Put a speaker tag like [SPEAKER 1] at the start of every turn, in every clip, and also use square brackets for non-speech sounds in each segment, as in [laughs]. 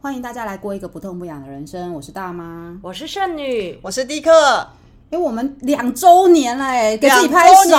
[SPEAKER 1] 欢迎大家来过一个不痛不痒的人生。我是大妈。
[SPEAKER 2] 我是剩女，
[SPEAKER 3] 我是迪克，
[SPEAKER 1] 哎，我们两周年了，哎，给自己拍
[SPEAKER 3] 两周
[SPEAKER 1] 手。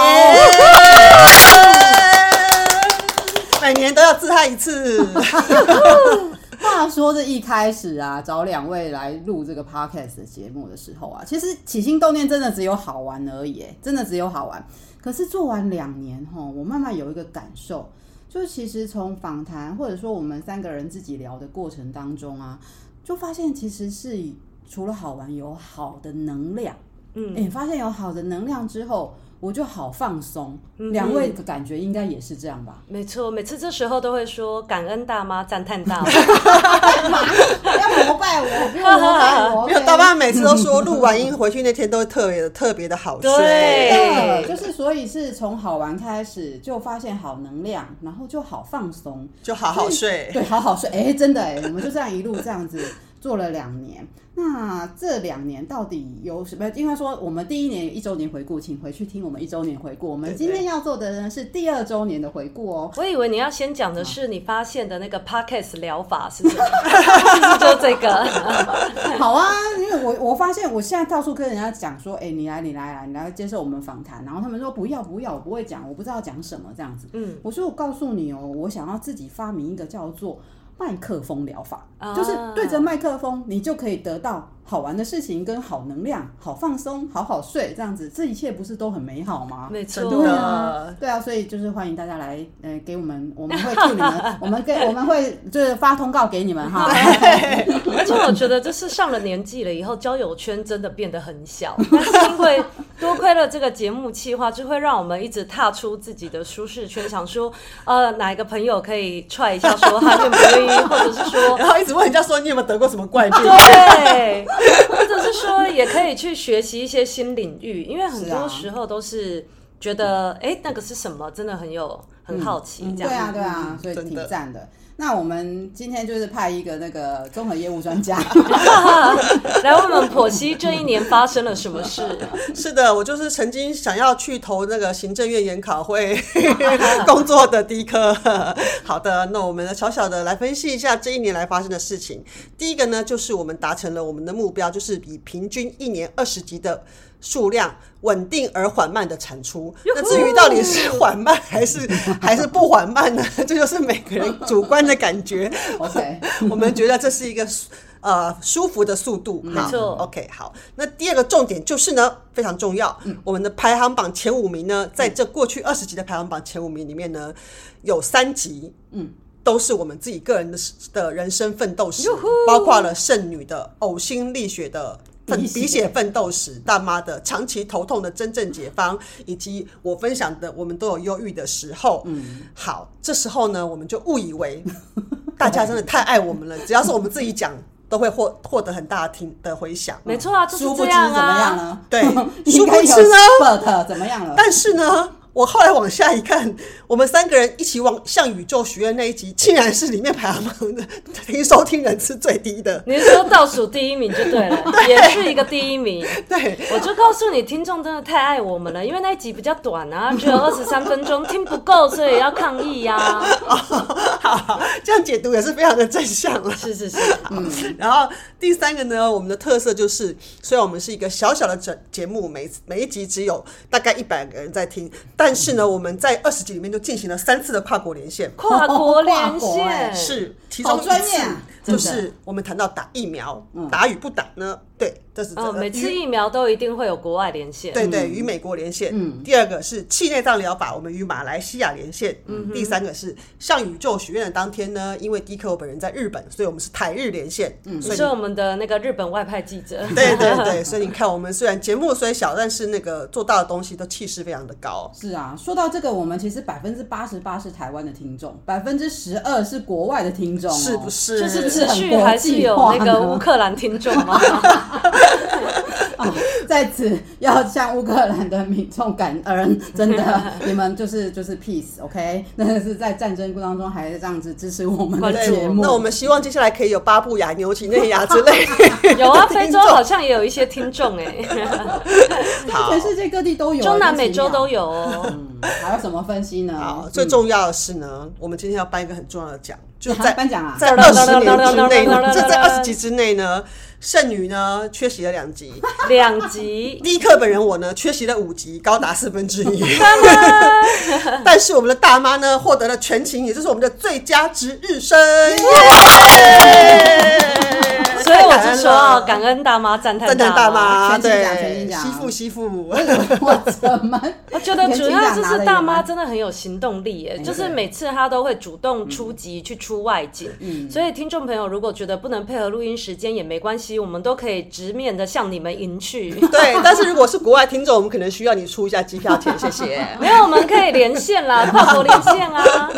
[SPEAKER 1] [laughs]
[SPEAKER 3] 年每年都要自嗨一次，
[SPEAKER 1] [laughs] 话说这一开始啊，找两位来录这个 podcast 的节目的时候啊，其实起心动念真的只有好玩而已，哎真的只有好玩。可是做完两年后，我慢慢有一个感受，就是其实从访谈或者说我们三个人自己聊的过程当中啊，就发现其实是除了好玩，有好的能量。嗯，哎、发现有好的能量之后，我就好放松。
[SPEAKER 3] 嗯
[SPEAKER 1] 两、位的感觉应该也是这样吧？ [laughs]
[SPEAKER 2] 没错，每次这时候都会说感恩大妈、赞叹
[SPEAKER 3] [laughs]
[SPEAKER 2] 大妈，
[SPEAKER 1] 不要膜拜我，不要膜拜我，
[SPEAKER 3] [laughs] 没有大妈每次都说录完音回去那天都会特别的特别的好睡
[SPEAKER 2] 对。
[SPEAKER 1] 对，就是所以是从好玩开始，就发现好能量，然后就好放松，
[SPEAKER 3] 就好好睡
[SPEAKER 1] 对，好好睡。哎、真的哎、我们就这样一路这样子做了两年。那这两年到底有什么？应该说，我们第一年一周年回顾，请回去听我们一周年回顾。我们今天要做的呢是第二周年的回顾哦。
[SPEAKER 2] 我以为你要先讲的是你发现的那个 podcast 疗法是什么，是不是就这个？ [laughs]
[SPEAKER 1] [laughs] 好啊，因为我我发现我现在到处跟人家讲说，哎、你来，你来，来，你来接受我们访谈，然后他们说不要不要，我不会讲，我不知道讲什么这样子。嗯，我说我告诉你哦，我想要自己发明一个叫做麦克风疗法，
[SPEAKER 2] 啊
[SPEAKER 1] 就是对着麦克风，你就可以得到好玩的事情、跟好能量、好放松、好好睡这样子，这一切不是都很美好吗？
[SPEAKER 2] 没错，
[SPEAKER 3] 真
[SPEAKER 1] 对
[SPEAKER 3] 的
[SPEAKER 1] 啊，对啊，所以就是欢迎大家来，呃，给我们，我们会祝你们，我们给我们会就是发通告给你们
[SPEAKER 2] [laughs]
[SPEAKER 1] 哈。 [laughs]
[SPEAKER 2] 而且我觉得，就是上了年纪了以后，交友圈真的变得很小。但是因为多亏了这个节目企划，就会让我们一直踏出自己的舒适圈，想说，呃，哪一个朋友可以踹一下，说他愿不愿意，或者是说。
[SPEAKER 3] 然后一直问人家说你有没有得过什么怪病？
[SPEAKER 2] 对，或者是说也可以去学习一些新领域，因为很
[SPEAKER 1] 是啊
[SPEAKER 2] 多时候都是觉得，哎、那个是什么，真的很有很好奇这样。
[SPEAKER 1] 对啊，对啊
[SPEAKER 3] 嗯，
[SPEAKER 1] 所以
[SPEAKER 3] 真
[SPEAKER 1] 挺
[SPEAKER 3] 的
[SPEAKER 1] 赞的。那我们今天就是派一个那个综合业务专
[SPEAKER 3] [laughs]
[SPEAKER 1] 家，啊
[SPEAKER 2] [laughs] 来，我们剖析这一年发生了什
[SPEAKER 1] [laughs]
[SPEAKER 2] 么事。
[SPEAKER 3] 是的，我就是曾经想要去投那个行政院研考会工作的第一科。好的，那我们小小的来分析一下这一年来发生的事情。第一个呢，就是我们达成了我们的目标，就是以平均一年二十集的。数量稳定而缓慢的产出，那至于到底是缓慢还是还是不缓慢呢？ [laughs] 这就是每个人主观的感觉。
[SPEAKER 1] OK，
[SPEAKER 3] [laughs] 我们觉得这是一个舒呃舒服的速度，没
[SPEAKER 2] 错
[SPEAKER 3] OK，好。那第二个重点就是呢，非常重要，我们的排行榜前五名呢，在这过去二十集的排行榜前五名里面呢，有三集，嗯。都是我们自己个人的的人生奋斗史，包括了剩女的呕心沥血的奋
[SPEAKER 1] 鼻血
[SPEAKER 3] 鼻血奋斗史、大妈的长期头痛的真正解方，以及我分享的我们都有忧郁的时候。嗯，好，这时候呢，我们就误以为大家真的太爱我们了，只要是我们自己讲，都会获获得很大的听的回响。
[SPEAKER 2] 没错啊，就是
[SPEAKER 1] 殊不
[SPEAKER 2] 这
[SPEAKER 1] 知怎
[SPEAKER 2] 样
[SPEAKER 1] 么样
[SPEAKER 2] 啊。
[SPEAKER 1] 呢？
[SPEAKER 3] 对
[SPEAKER 1] [laughs] 应该有
[SPEAKER 3] 殊不知呢
[SPEAKER 1] ，but 怎么样了？
[SPEAKER 3] 但是呢，我后来往下一看，我们三个人一起往向宇宙许愿那一集，竟然是里面排行榜的听收听人次最低的。 [laughs]
[SPEAKER 2] 你是说倒数第一名就
[SPEAKER 1] [laughs]
[SPEAKER 2] 对了，也是一个第一名。
[SPEAKER 3] 对，
[SPEAKER 2] 我就告诉你，听众真的太爱我们了，因为那一集比较短啊，只有二十三分钟，听不够，所以要抗议呀、
[SPEAKER 1] [laughs]
[SPEAKER 3] 好，这样解读也是非常的正向了。
[SPEAKER 2] 是是是，
[SPEAKER 3] 然后第三个呢，我们的特色就是，虽然我们是一个小小的整节目，每每一集只有大概一百个人在听，但是呢，我们在二十集里面就进行了三次的跨国连线。
[SPEAKER 2] 跨国
[SPEAKER 1] 跨
[SPEAKER 2] 连
[SPEAKER 1] 国欸
[SPEAKER 2] 线，
[SPEAKER 3] 是，其
[SPEAKER 1] 好
[SPEAKER 3] 中一
[SPEAKER 1] 专业
[SPEAKER 3] 次
[SPEAKER 1] 啊
[SPEAKER 3] 就
[SPEAKER 1] 真的嗯
[SPEAKER 3] 是我们谈到打疫苗，打与不打呢？对，这是这
[SPEAKER 2] 哦，
[SPEAKER 3] 个
[SPEAKER 2] 每次
[SPEAKER 3] 与
[SPEAKER 2] 疫苗都一定会有国外连线。
[SPEAKER 3] 对
[SPEAKER 1] 嗯
[SPEAKER 3] 对，与美国连线。第二个是气内脏疗法，我们与马来西亚连线。
[SPEAKER 1] 嗯
[SPEAKER 3] 第三个是向宇宙许愿的当天呢，因为迪克我本人在日本，所以我们是台日连线。
[SPEAKER 1] 嗯
[SPEAKER 2] 你
[SPEAKER 3] 所以
[SPEAKER 2] 是我们的那个日本外派记者，
[SPEAKER 3] [laughs] 对对对，所以你看，我们虽然节目虽小，但是那个做到的东西都气势非常的高。
[SPEAKER 1] 是啊，说到这个，我们其实百分之八十八是台湾的听众，百分之十二是国外的听众哦、
[SPEAKER 3] 是不 [laughs] 是
[SPEAKER 1] 这
[SPEAKER 2] 就是
[SPEAKER 1] 不
[SPEAKER 2] 是
[SPEAKER 1] 是
[SPEAKER 2] 持
[SPEAKER 1] 很
[SPEAKER 2] 续
[SPEAKER 1] 国
[SPEAKER 2] 还是
[SPEAKER 1] 际
[SPEAKER 2] 有
[SPEAKER 1] 化
[SPEAKER 2] 那个
[SPEAKER 1] 呢
[SPEAKER 2] [laughs] 乌克兰听众吗？
[SPEAKER 1] 在此要向乌克兰的民众感
[SPEAKER 2] [laughs]
[SPEAKER 1] 恩，真的，你们就是就是 peace，OK，、真的是在战争当中还这样子支持我们的
[SPEAKER 2] 关注
[SPEAKER 1] 节目。
[SPEAKER 3] 那我们希望接下来可以有巴布亚、牛奇内亚之类
[SPEAKER 1] [laughs]
[SPEAKER 3] 的。
[SPEAKER 2] 有啊，非洲好像也有一些听众哎，
[SPEAKER 3] 好
[SPEAKER 1] 全，世界各地都有啊，
[SPEAKER 2] 中南美
[SPEAKER 1] 真奇妙
[SPEAKER 2] 洲都有哦。
[SPEAKER 1] 嗯还有什么分析呢？
[SPEAKER 3] 好，最重要的是呢，我们今天要颁一个很重要的奖，就
[SPEAKER 1] 在
[SPEAKER 3] 在
[SPEAKER 1] 颁奖啊，
[SPEAKER 3] 在二十年之内呢，这在二十集之内呢，剩女呢缺席了两集，
[SPEAKER 2] 两
[SPEAKER 3] [laughs]
[SPEAKER 2] 集，
[SPEAKER 3] 立刻本人我呢缺席了五集，高达四分之一。但是我们的大妈呢获得了全勤，也就是我们的最佳值日生。耶
[SPEAKER 2] 所以我是
[SPEAKER 3] 太
[SPEAKER 2] 说哦
[SPEAKER 3] 感
[SPEAKER 2] 感
[SPEAKER 3] 啊
[SPEAKER 2] 恩大妈，赞
[SPEAKER 3] 恩了赞
[SPEAKER 2] 叹
[SPEAKER 3] 叹大
[SPEAKER 2] 妈。
[SPEAKER 3] 妈，
[SPEAKER 1] 全勤奖全
[SPEAKER 3] 对，
[SPEAKER 1] 勤奖
[SPEAKER 3] 吸附吸附。
[SPEAKER 1] 我嗯怎么？
[SPEAKER 2] 我觉得主要就是大妈真的很有行动力耶，
[SPEAKER 1] 嗯
[SPEAKER 2] 就是每次她都会主动出击去出外景，所以听众朋友如果觉得不能配合录音时间也没关系，我们都可以直面的向你们迎去。
[SPEAKER 3] 对，但是如果是国外听众，我们可能需要你出一下机票钱，谢谢。
[SPEAKER 2] 没有，我们可以连线 [laughs] 啦，跨国连线啊。
[SPEAKER 1] [laughs]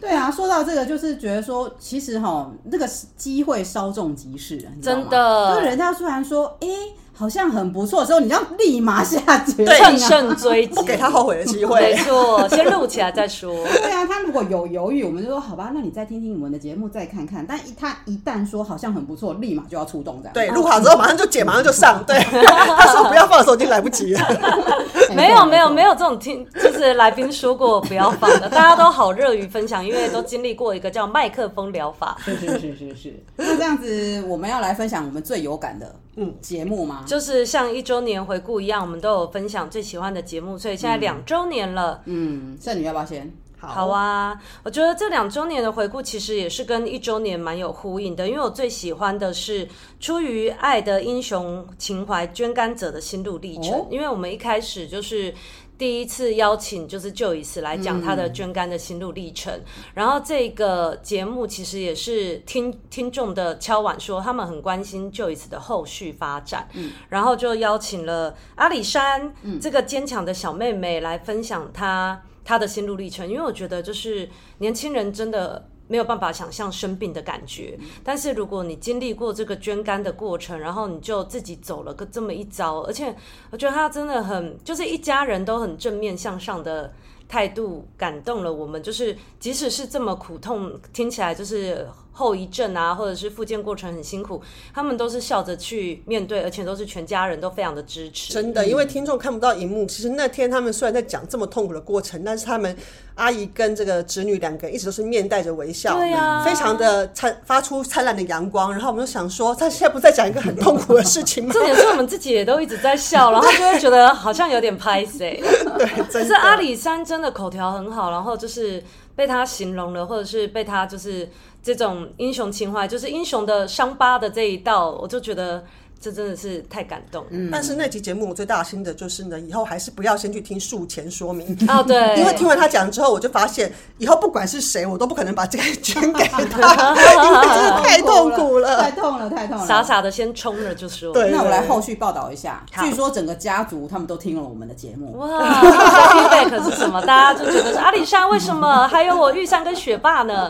[SPEAKER 1] 对啊，说到这个，就是觉得说，其实哈，那个机会稍纵即逝，你知道吗
[SPEAKER 2] 真的
[SPEAKER 1] 就是人家突然说，哎、好像很不错的时候，你要立马下决定、啊，
[SPEAKER 2] 乘胜追击，
[SPEAKER 3] 不给他后悔的机
[SPEAKER 2] 没
[SPEAKER 3] 会。
[SPEAKER 2] 错，先录起来再说。
[SPEAKER 1] 对啊，他如果有犹豫，我们就说好吧，那你再听听我们的节目，再看看。但一他一旦说好像很不错，立马就要出动这样。
[SPEAKER 3] 对，录好之后马上就剪，马上就上。 [laughs] 对，他说不要放的时候已经来不及了。
[SPEAKER 1] 哎
[SPEAKER 2] 没有没有没有这种听，就是来宾说过不要放的，大家都好热于分享，因为都经历过一个叫麦克风疗法，
[SPEAKER 1] 是是是是是。那这样子，我们要来分享我们最有感的嗯节目吗？
[SPEAKER 2] 就是像一周年回顾一样，我们都有分享最喜欢的节目，所以现在两周年了。
[SPEAKER 1] 嗯，剩女要不要先？
[SPEAKER 2] 好，啊，我觉得这两周年的回顾其实也是跟一周年蛮有呼应的，因为我最喜欢的是出于爱的英雄情怀捐肝者的心路历程，
[SPEAKER 1] 哦
[SPEAKER 2] 因为我们一开始就是。第一次邀请就是就一次来讲他的捐肝的心路历程，然后这个节目其实也是听听众的敲碗说他们很关心就一次的后续发展，然后就邀请了啊阿里山、这个坚强的小妹妹来分享她她的心路历程，因为我觉得就是年轻人真的。没有办法想象生病的感觉，但是如果你经历过这个捐肝的过程，然后你就自己走了个这么一遭，而且我觉得她真的很，就是一家人都很正面向上的态度感动了我们，就是即使是这么苦痛，听起来就是后遗症啊，或者是复健过程很辛苦，他们都是笑着去面对，而且都是全家人都非常的支持。
[SPEAKER 3] [laughs] 真的，因为听众看不到荧幕，其实那天他们虽然在讲这么痛苦的过程，但是他们阿姨跟这个侄女两个人一直都是面带着微笑，
[SPEAKER 2] 对啊
[SPEAKER 3] 非常的灿，发出灿烂的阳光。然后我们就想说，他现在不是在讲一个很痛苦的事 [laughs] 情吗？
[SPEAKER 2] 重点是我们自己也都一直在笑，然后就会觉得好像有点拍谁。
[SPEAKER 3] [laughs] 对，
[SPEAKER 2] 可
[SPEAKER 3] 真
[SPEAKER 2] 是
[SPEAKER 3] 的。
[SPEAKER 2] 阿里山真的口条很好，然后就是被他形容了，或者是被他就是这种英雄情怀，就是英雄的伤疤的这一道，我就觉得这真的是太感动了。
[SPEAKER 3] 但是那集节目我最大的心得就是呢，以后还是不要先去听术前说明，
[SPEAKER 2] 哦，对，
[SPEAKER 3] 因为听完他讲之后，我就发现以后不管是谁，我都不可能把这个 [laughs] 捐给他，因为真的太痛苦
[SPEAKER 1] 太
[SPEAKER 3] 了。
[SPEAKER 1] 痛了，太痛了。
[SPEAKER 2] [laughs] 傻傻的先冲了就说，
[SPEAKER 3] 对
[SPEAKER 1] 那我来后续报道一下。据说整个家族他们都听了我们的节目，
[SPEAKER 2] 哇，他们的 feedback 是什么？大家就觉得是阿里山为什么？还有我玉山跟雪霸呢？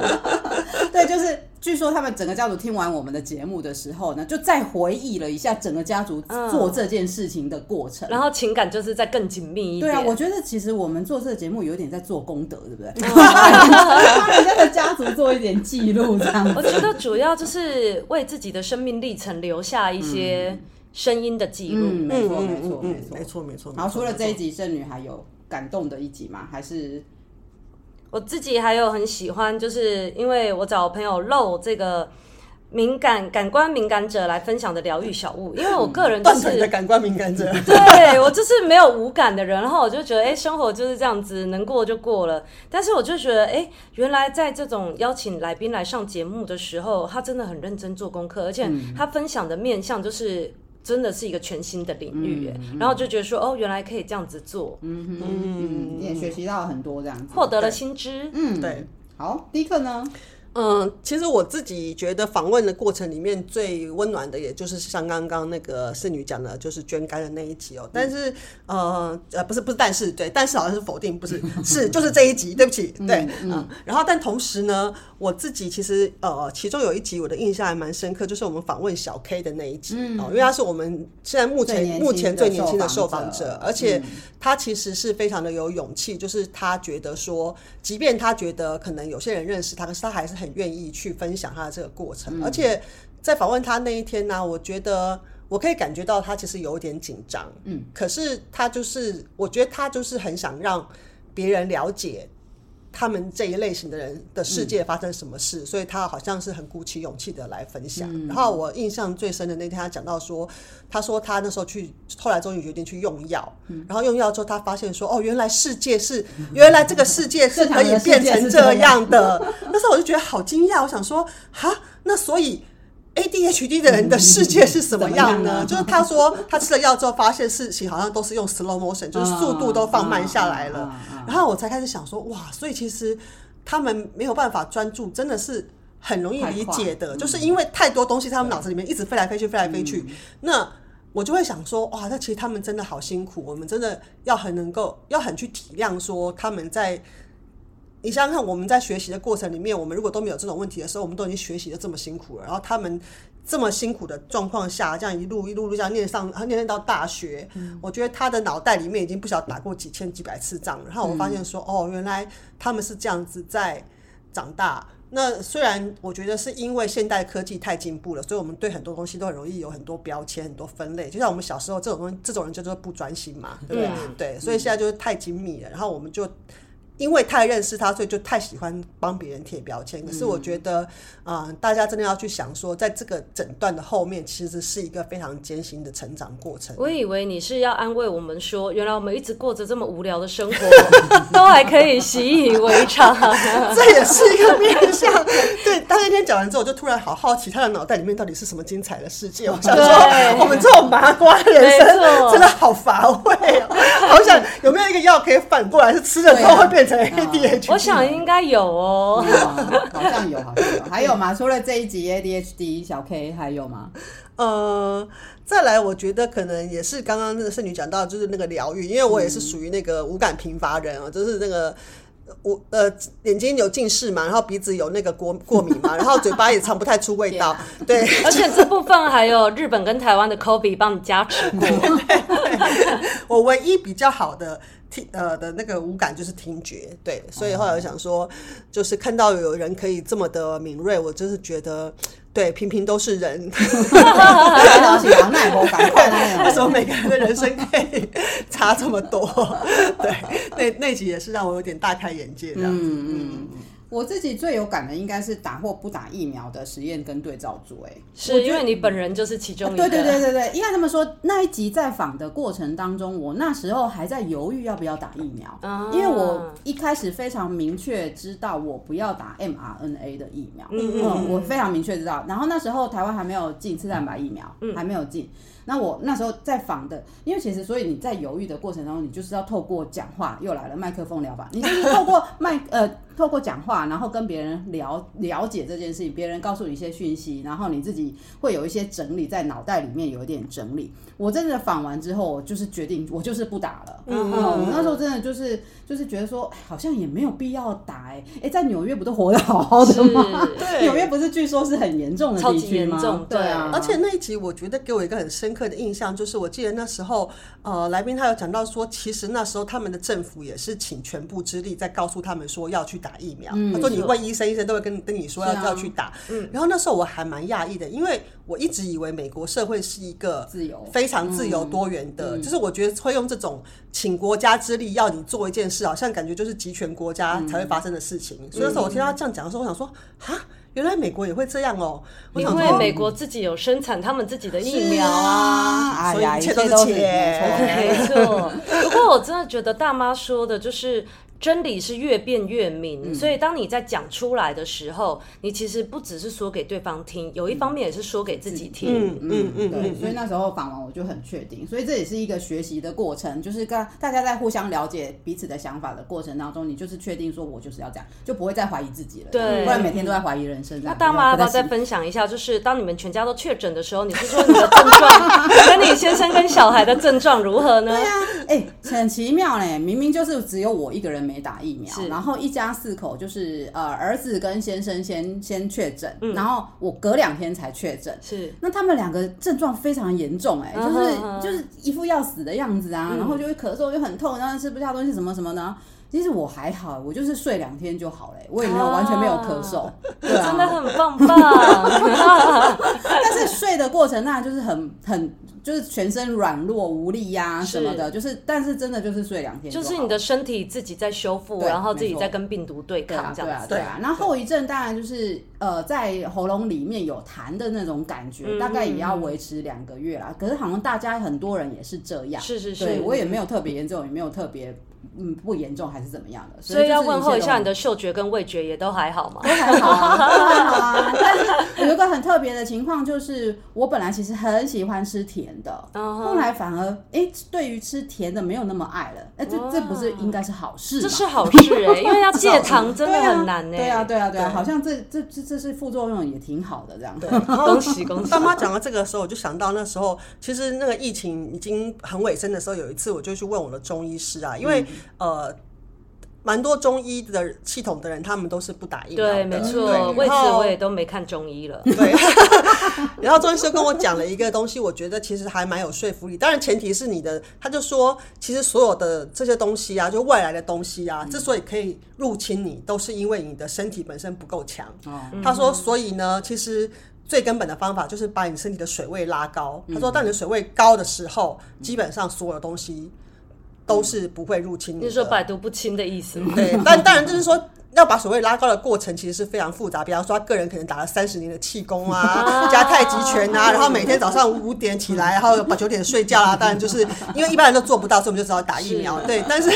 [SPEAKER 1] 对，就是据说他们整个家族听完我们的节目的时候呢，就再回忆了一下整个家族
[SPEAKER 2] 嗯
[SPEAKER 1] 做这件事情的过程。
[SPEAKER 2] 然后情感就是在更紧密一点。
[SPEAKER 1] 对啊，我觉得其实我们做这个节目有点在做功德，对 [laughs] 不对？帮人家的家族做一点记录，这样
[SPEAKER 2] [laughs] 我
[SPEAKER 1] 子。
[SPEAKER 2] 觉得主要就是为自己的生命历程留下一
[SPEAKER 3] 嗯
[SPEAKER 2] 些声音的记录。
[SPEAKER 1] [laughs] 嗯，没错，没错，没错，
[SPEAKER 3] 没。错没错。
[SPEAKER 1] 然后除了这一
[SPEAKER 3] 一。
[SPEAKER 1] 集，剩女还有感动的一集吗？还是
[SPEAKER 2] 我自己还有很喜欢，就是因为我找朋友露这个敏感感官敏感者来分享的疗愈小物，因为我个人就
[SPEAKER 3] 断腿
[SPEAKER 2] 是
[SPEAKER 3] 的感官敏感者，
[SPEAKER 2] [laughs] 对我就是没有无感的人，然后我就觉得，哎、生活就是这样子，能过就过了。但是我就觉得，哎、原来在这种邀请来宾来上节目的时候，他真的很认真做功课，而且他分享的面向就是。真的是一个全新的领域耶，然后就觉得说，哦，原来可以这样子做，
[SPEAKER 1] 嗯，也学习到了很多这样子。
[SPEAKER 2] 获得了新知。
[SPEAKER 1] 嗯，
[SPEAKER 3] 对。
[SPEAKER 1] 好，第一课呢？
[SPEAKER 3] 嗯，其实我自己觉得访问的过程里面最温暖的，也就是像刚刚那个侍女讲的，就是捐肝的那一集哦。但是，呃呃，不是不是，但是对，但是好像是否定，不是是就是这一集，对不起，对，嗯。然后，但同时呢，我自己其实呃，其中有一集我的印象还蛮深刻，就是我们访问小 K 的那一集、哦，因为他是我们现在目
[SPEAKER 1] 最
[SPEAKER 3] 前
[SPEAKER 1] 年轻
[SPEAKER 3] 目前
[SPEAKER 1] 的
[SPEAKER 3] 最年轻的
[SPEAKER 1] 受
[SPEAKER 3] 受
[SPEAKER 1] 访
[SPEAKER 3] 访
[SPEAKER 1] 者
[SPEAKER 3] 者，嗯而且他其实是非常的有勇气，就是他觉得说，即便他觉得可能有些人认识他，可是他还是很愿意去分享他的这个过程，而且在访问他那一天呢、我觉得。我可以感觉到他其实有点紧张，嗯，可是他就是，我觉得他就是很想让别人了解他们这一类型的人的世界发生什么事，所以他好像是很鼓起勇气的来分享。然后我印象最深的那天，他讲到说，他说他那时候去，后来终于决定去用药，然后用药之后，他发现说，哦，原来世界是，原来这个世界是可以变成这样的。 [laughs] 那时候我就觉得好惊讶，我想说，哈，那所以。ADHD 的人的世界是什么样呢？
[SPEAKER 1] 嗯
[SPEAKER 3] 就是他说他吃了药之后，发现事情好像都是用 slow motion，就是速
[SPEAKER 1] 嗯
[SPEAKER 3] 度都放慢下来了。
[SPEAKER 1] 嗯嗯嗯嗯
[SPEAKER 3] 然后我才开始想说，哇，所以其实他们没有办法专注，真的是很容易理
[SPEAKER 1] 太
[SPEAKER 3] 解的，
[SPEAKER 1] 快嗯
[SPEAKER 3] 就是因为太多东西，他们脑子里面一直飞来飞去，飞来飞去。那我就会想说，哇，那其实他们真的好辛苦，我们真的要很能够，要很去体谅，说他们在。你想想看，我们在学习的过程里面，我们如果都没有这种问题的时候，我们都已经学习的这么辛苦了，然后他们这么辛苦的状况下，这样一路一路一路这样念上，念念到大学，我觉得他的脑袋里面已经不晓得打过几千几百次仗了。然后我发现说，哦，原来他们是这样子在长大。那虽然我觉得是因为现代科技太进步了，所以我们对很多东西都很容易有很多标签、很多分类。就像我们小时候这种东西，这种人叫做不专心嘛，对不对？
[SPEAKER 1] 嗯
[SPEAKER 3] 对，所以现在就是太精密了，然后我们就因为太认识他，所以就太喜欢帮别人贴标签。可是我觉得，啊、大家真的要去想说，在这个诊断的后面，其实是一个非常艰辛的成长过程。
[SPEAKER 2] 我以为你是要安慰我们说，原来我们一直过着这么无聊的生活， [laughs] 都还可以习以为常。
[SPEAKER 3] 这也是一个面向。 [laughs] 对，他那天讲完之后，我就突然好好奇他的脑袋里面到底是什么精彩的世界。我想说
[SPEAKER 2] 对，
[SPEAKER 3] 我们这种麻瓜人
[SPEAKER 2] 没
[SPEAKER 3] 生
[SPEAKER 2] 错
[SPEAKER 3] 真的好乏味哦。好想有没有一个药可以反过来是吃了之后
[SPEAKER 1] 对啊
[SPEAKER 3] 会变成
[SPEAKER 1] 啊
[SPEAKER 3] ADHD？
[SPEAKER 2] 我想应该有哦。嗯
[SPEAKER 1] 啊好像有，好像有，还有吗？除了这一集 ADHD 小 K 还有
[SPEAKER 2] [laughs]
[SPEAKER 1] 吗？
[SPEAKER 3] 呃，再来，我觉得可能也是刚刚那个圣女讲到，就是那个疗愈，因为我也是属于那个五感贫乏人啊，就是那个。我呃眼睛有近视嘛，然后鼻子有那个过过敏嘛，然后嘴巴也尝不太出味道， [laughs] 对，
[SPEAKER 2] 而且这部分还有日本跟台湾的 Kobe 帮你
[SPEAKER 1] [laughs]
[SPEAKER 2] 加持过，
[SPEAKER 3] 我唯一比较好的听呃的那个五感就是听觉，对，所以后来我想说，就是看到有人可以这么的敏锐，我就是觉得，对，平平都是人，
[SPEAKER 1] 太了解了，那也不赶快
[SPEAKER 2] 嗯
[SPEAKER 1] 那
[SPEAKER 3] [laughs] 为什
[SPEAKER 1] 样。
[SPEAKER 3] 么每个人的人生可以差这么多？ [laughs] 对，那那集也是让我有点大开眼界这样子。
[SPEAKER 1] 嗯嗯，我自己最有感的应该是打或不打疫苗的实验跟对照组、哎。
[SPEAKER 2] 是因为你本人就是其中一个。啊
[SPEAKER 1] 对对对对对，应该这么说。那一集在访的过程当中，我那时候还在犹豫要不要打疫苗，
[SPEAKER 2] 啊
[SPEAKER 1] 因为我一开始非常明确知道我不要打 mRNA 的疫苗，
[SPEAKER 2] 嗯
[SPEAKER 1] 嗯
[SPEAKER 2] 嗯嗯
[SPEAKER 1] 我非常明确知道。然后那时候台湾还没有进次蛋白疫苗，
[SPEAKER 2] 嗯
[SPEAKER 1] 还没有进。那我那时候在访的，因为其实所以你在犹豫的过程当中，你就是要透过讲话，又来了麦克风疗法，你就是透过麦呃透过讲话，然后跟别人了了解这件事情，别人告诉你一些讯息，然后你自己会有一些整理在脑袋里面，有一点整理。我真的访完之后，我就是决定我就是不打了。
[SPEAKER 3] 嗯
[SPEAKER 1] 嗯，我那时候真的就是就是觉得说，哎好像也没有必要打哎、欸、哎、在纽约不都活得好好的吗？
[SPEAKER 2] 是
[SPEAKER 3] 对
[SPEAKER 1] 纽约不是据说是很严重的
[SPEAKER 2] 超
[SPEAKER 1] 地
[SPEAKER 2] 级
[SPEAKER 1] 区吗？
[SPEAKER 2] 严重
[SPEAKER 1] 对啊，
[SPEAKER 3] 而且那一集我觉得给我一个很深刻的印象，就是我记得那时候，呃，来宾他有讲到说，其实那时候他们的政府也是请全部之力在告诉他们说要去打疫苗。
[SPEAKER 1] 嗯
[SPEAKER 3] 他说你问医生，医生都会跟跟你说要、
[SPEAKER 1] 是啊
[SPEAKER 3] 要去打。然后那时候我还蛮讶异的，因为我一直以为美国社会是一个
[SPEAKER 1] 自
[SPEAKER 2] 哦
[SPEAKER 1] 由
[SPEAKER 3] 非常自由多元的，
[SPEAKER 2] 嗯
[SPEAKER 3] 就是我觉得会用这种请国家之力要你做一件事，好像感觉就是集权国家
[SPEAKER 2] 嗯
[SPEAKER 3] 才会发生的事情。所以那时候我听他这样讲的时候，我想说，哈，原来美国也会这样哦、我想
[SPEAKER 2] 因
[SPEAKER 3] 说
[SPEAKER 2] 为美国自己有生产他们自己的疫苗啊。
[SPEAKER 1] 啊，哎
[SPEAKER 3] 所以
[SPEAKER 1] 呀，
[SPEAKER 3] 一
[SPEAKER 1] 一
[SPEAKER 3] 切
[SPEAKER 1] 切
[SPEAKER 3] 都是
[SPEAKER 1] 都是啊
[SPEAKER 3] 钱
[SPEAKER 2] 没错，不过我真的觉得大妈说的就是。真理是越辩越明，
[SPEAKER 1] 嗯
[SPEAKER 2] 所以当你在讲出来的时候，你其实不只是说给对方听，有一方面也是说给自己听。
[SPEAKER 3] 嗯嗯嗯
[SPEAKER 1] 对，所以那时候访完我就很确定，所以这也是一个学习的过程，就是跟大家在互相了解彼此的想法的过程当中，你就是确定说我就是要这样，就不会再怀疑自己了，
[SPEAKER 2] 对
[SPEAKER 1] 不然每天都在怀疑人生。啊那
[SPEAKER 2] 那大妈要不要再分享一下？就是当你们全家都确诊的时候，你是说你的症
[SPEAKER 1] [laughs]
[SPEAKER 2] 状跟你先生跟小孩的症状如何呢？
[SPEAKER 1] 哎、很奇妙嘞！明明就是只有我一个人没打疫苗
[SPEAKER 2] 是，
[SPEAKER 1] 然后一家四口就是呃儿子跟先生先先确诊，然后我隔两天才确诊。
[SPEAKER 2] 是
[SPEAKER 1] 那他们两个症状非常严重、哎、
[SPEAKER 2] 嗯
[SPEAKER 1] 就是、
[SPEAKER 2] 嗯嗯
[SPEAKER 1] 就是一副要死的样子啊，然后就会咳嗽，就很痛，然后吃不下东西什么什么的。其实我还好，我就是睡两天就好了、哎我也没有、
[SPEAKER 2] 啊
[SPEAKER 1] [laughs] 完全没有咳嗽，对啊， [laughs]
[SPEAKER 2] 真的很棒棒。
[SPEAKER 1] 但是所以睡的过程当然就是很很就是全身软弱无力呀、什么的，就是但是真的就是睡两天好了，
[SPEAKER 2] 就是你的身体自己在修复，
[SPEAKER 1] 对
[SPEAKER 2] 然后自己
[SPEAKER 1] 没错
[SPEAKER 2] 在跟病毒对
[SPEAKER 1] 对啊
[SPEAKER 2] 抗这
[SPEAKER 1] 对
[SPEAKER 2] 样
[SPEAKER 1] 啊
[SPEAKER 2] 子。
[SPEAKER 1] 对啊。然后后遗症当然就是呃在喉咙里面有痰的那种感觉，
[SPEAKER 2] 嗯
[SPEAKER 1] 大概也要维持两个月啦。可是好像大家很多人也是这样，
[SPEAKER 2] 是是
[SPEAKER 1] 对
[SPEAKER 2] 是，
[SPEAKER 1] 我也没有特别严重，也没有特别嗯不严重还是怎么样的，
[SPEAKER 2] 所以要
[SPEAKER 1] 就是
[SPEAKER 2] 问候一
[SPEAKER 1] 切
[SPEAKER 2] 下
[SPEAKER 1] 都
[SPEAKER 2] 你的嗅觉跟味觉也都还好
[SPEAKER 1] [laughs]
[SPEAKER 2] 吗？
[SPEAKER 1] 都还好啊，都还好啊。但是有一个很特别的情况，就是我本来其实很喜欢吃甜的，
[SPEAKER 2] 嗯哼
[SPEAKER 1] 后来反而哎、诶对于吃甜的没有那么爱了。哎、这
[SPEAKER 2] 哇
[SPEAKER 1] 这不是应该是好事
[SPEAKER 2] 这
[SPEAKER 1] 吗？
[SPEAKER 2] 是好事哎、因为要戒糖真的很难哎、
[SPEAKER 1] [laughs] 对啊，对啊，对啊，
[SPEAKER 3] 对
[SPEAKER 1] 好像这这这这是副作用也挺好的这啊 [laughs] 样。对
[SPEAKER 2] 恭喜恭喜
[SPEAKER 3] 当！妈讲到这个的时候，我就想到那时候，其实那个疫情已经很尾声的时候，有一次我就去问我的中医师
[SPEAKER 2] 嗯
[SPEAKER 3] 啊，因为、呃，蛮多中医的系统的人，他们都是不打疫苗
[SPEAKER 1] 啊
[SPEAKER 3] 的，
[SPEAKER 2] 对，没错，
[SPEAKER 3] 对
[SPEAKER 2] 为此
[SPEAKER 3] 然后
[SPEAKER 2] 我也都没看中医
[SPEAKER 1] 嗯
[SPEAKER 2] 了。
[SPEAKER 3] 对， [laughs] 然后中医师跟我讲了一个东西，我觉得其实还蛮有说服力。当然前提是你的，他就说，其实所有的这些东西啊，就外来的东西啊，之所以可以入侵你，都是因为你的身体本身不够强。
[SPEAKER 1] 哦，
[SPEAKER 3] 他说，所以呢，其实。最根本的方法就是把你身体的水位拉高。他说，当你的水位高的时候，基本上所有的东西都是不会入侵你的。
[SPEAKER 2] 你说百毒不侵的意思吗？ [laughs]
[SPEAKER 3] 对，但当然就是说。要把所谓拉高的过程，其实是非常复杂。比方说，他个人可能打了三十年的气功啊，
[SPEAKER 2] 哦
[SPEAKER 3] 加太极拳啊，然后每天早上五点起来，然后把九点睡觉啊。当然，就是因为一般人都做不到，所以我们就只好打疫苗。
[SPEAKER 2] 是
[SPEAKER 3] 对，但是，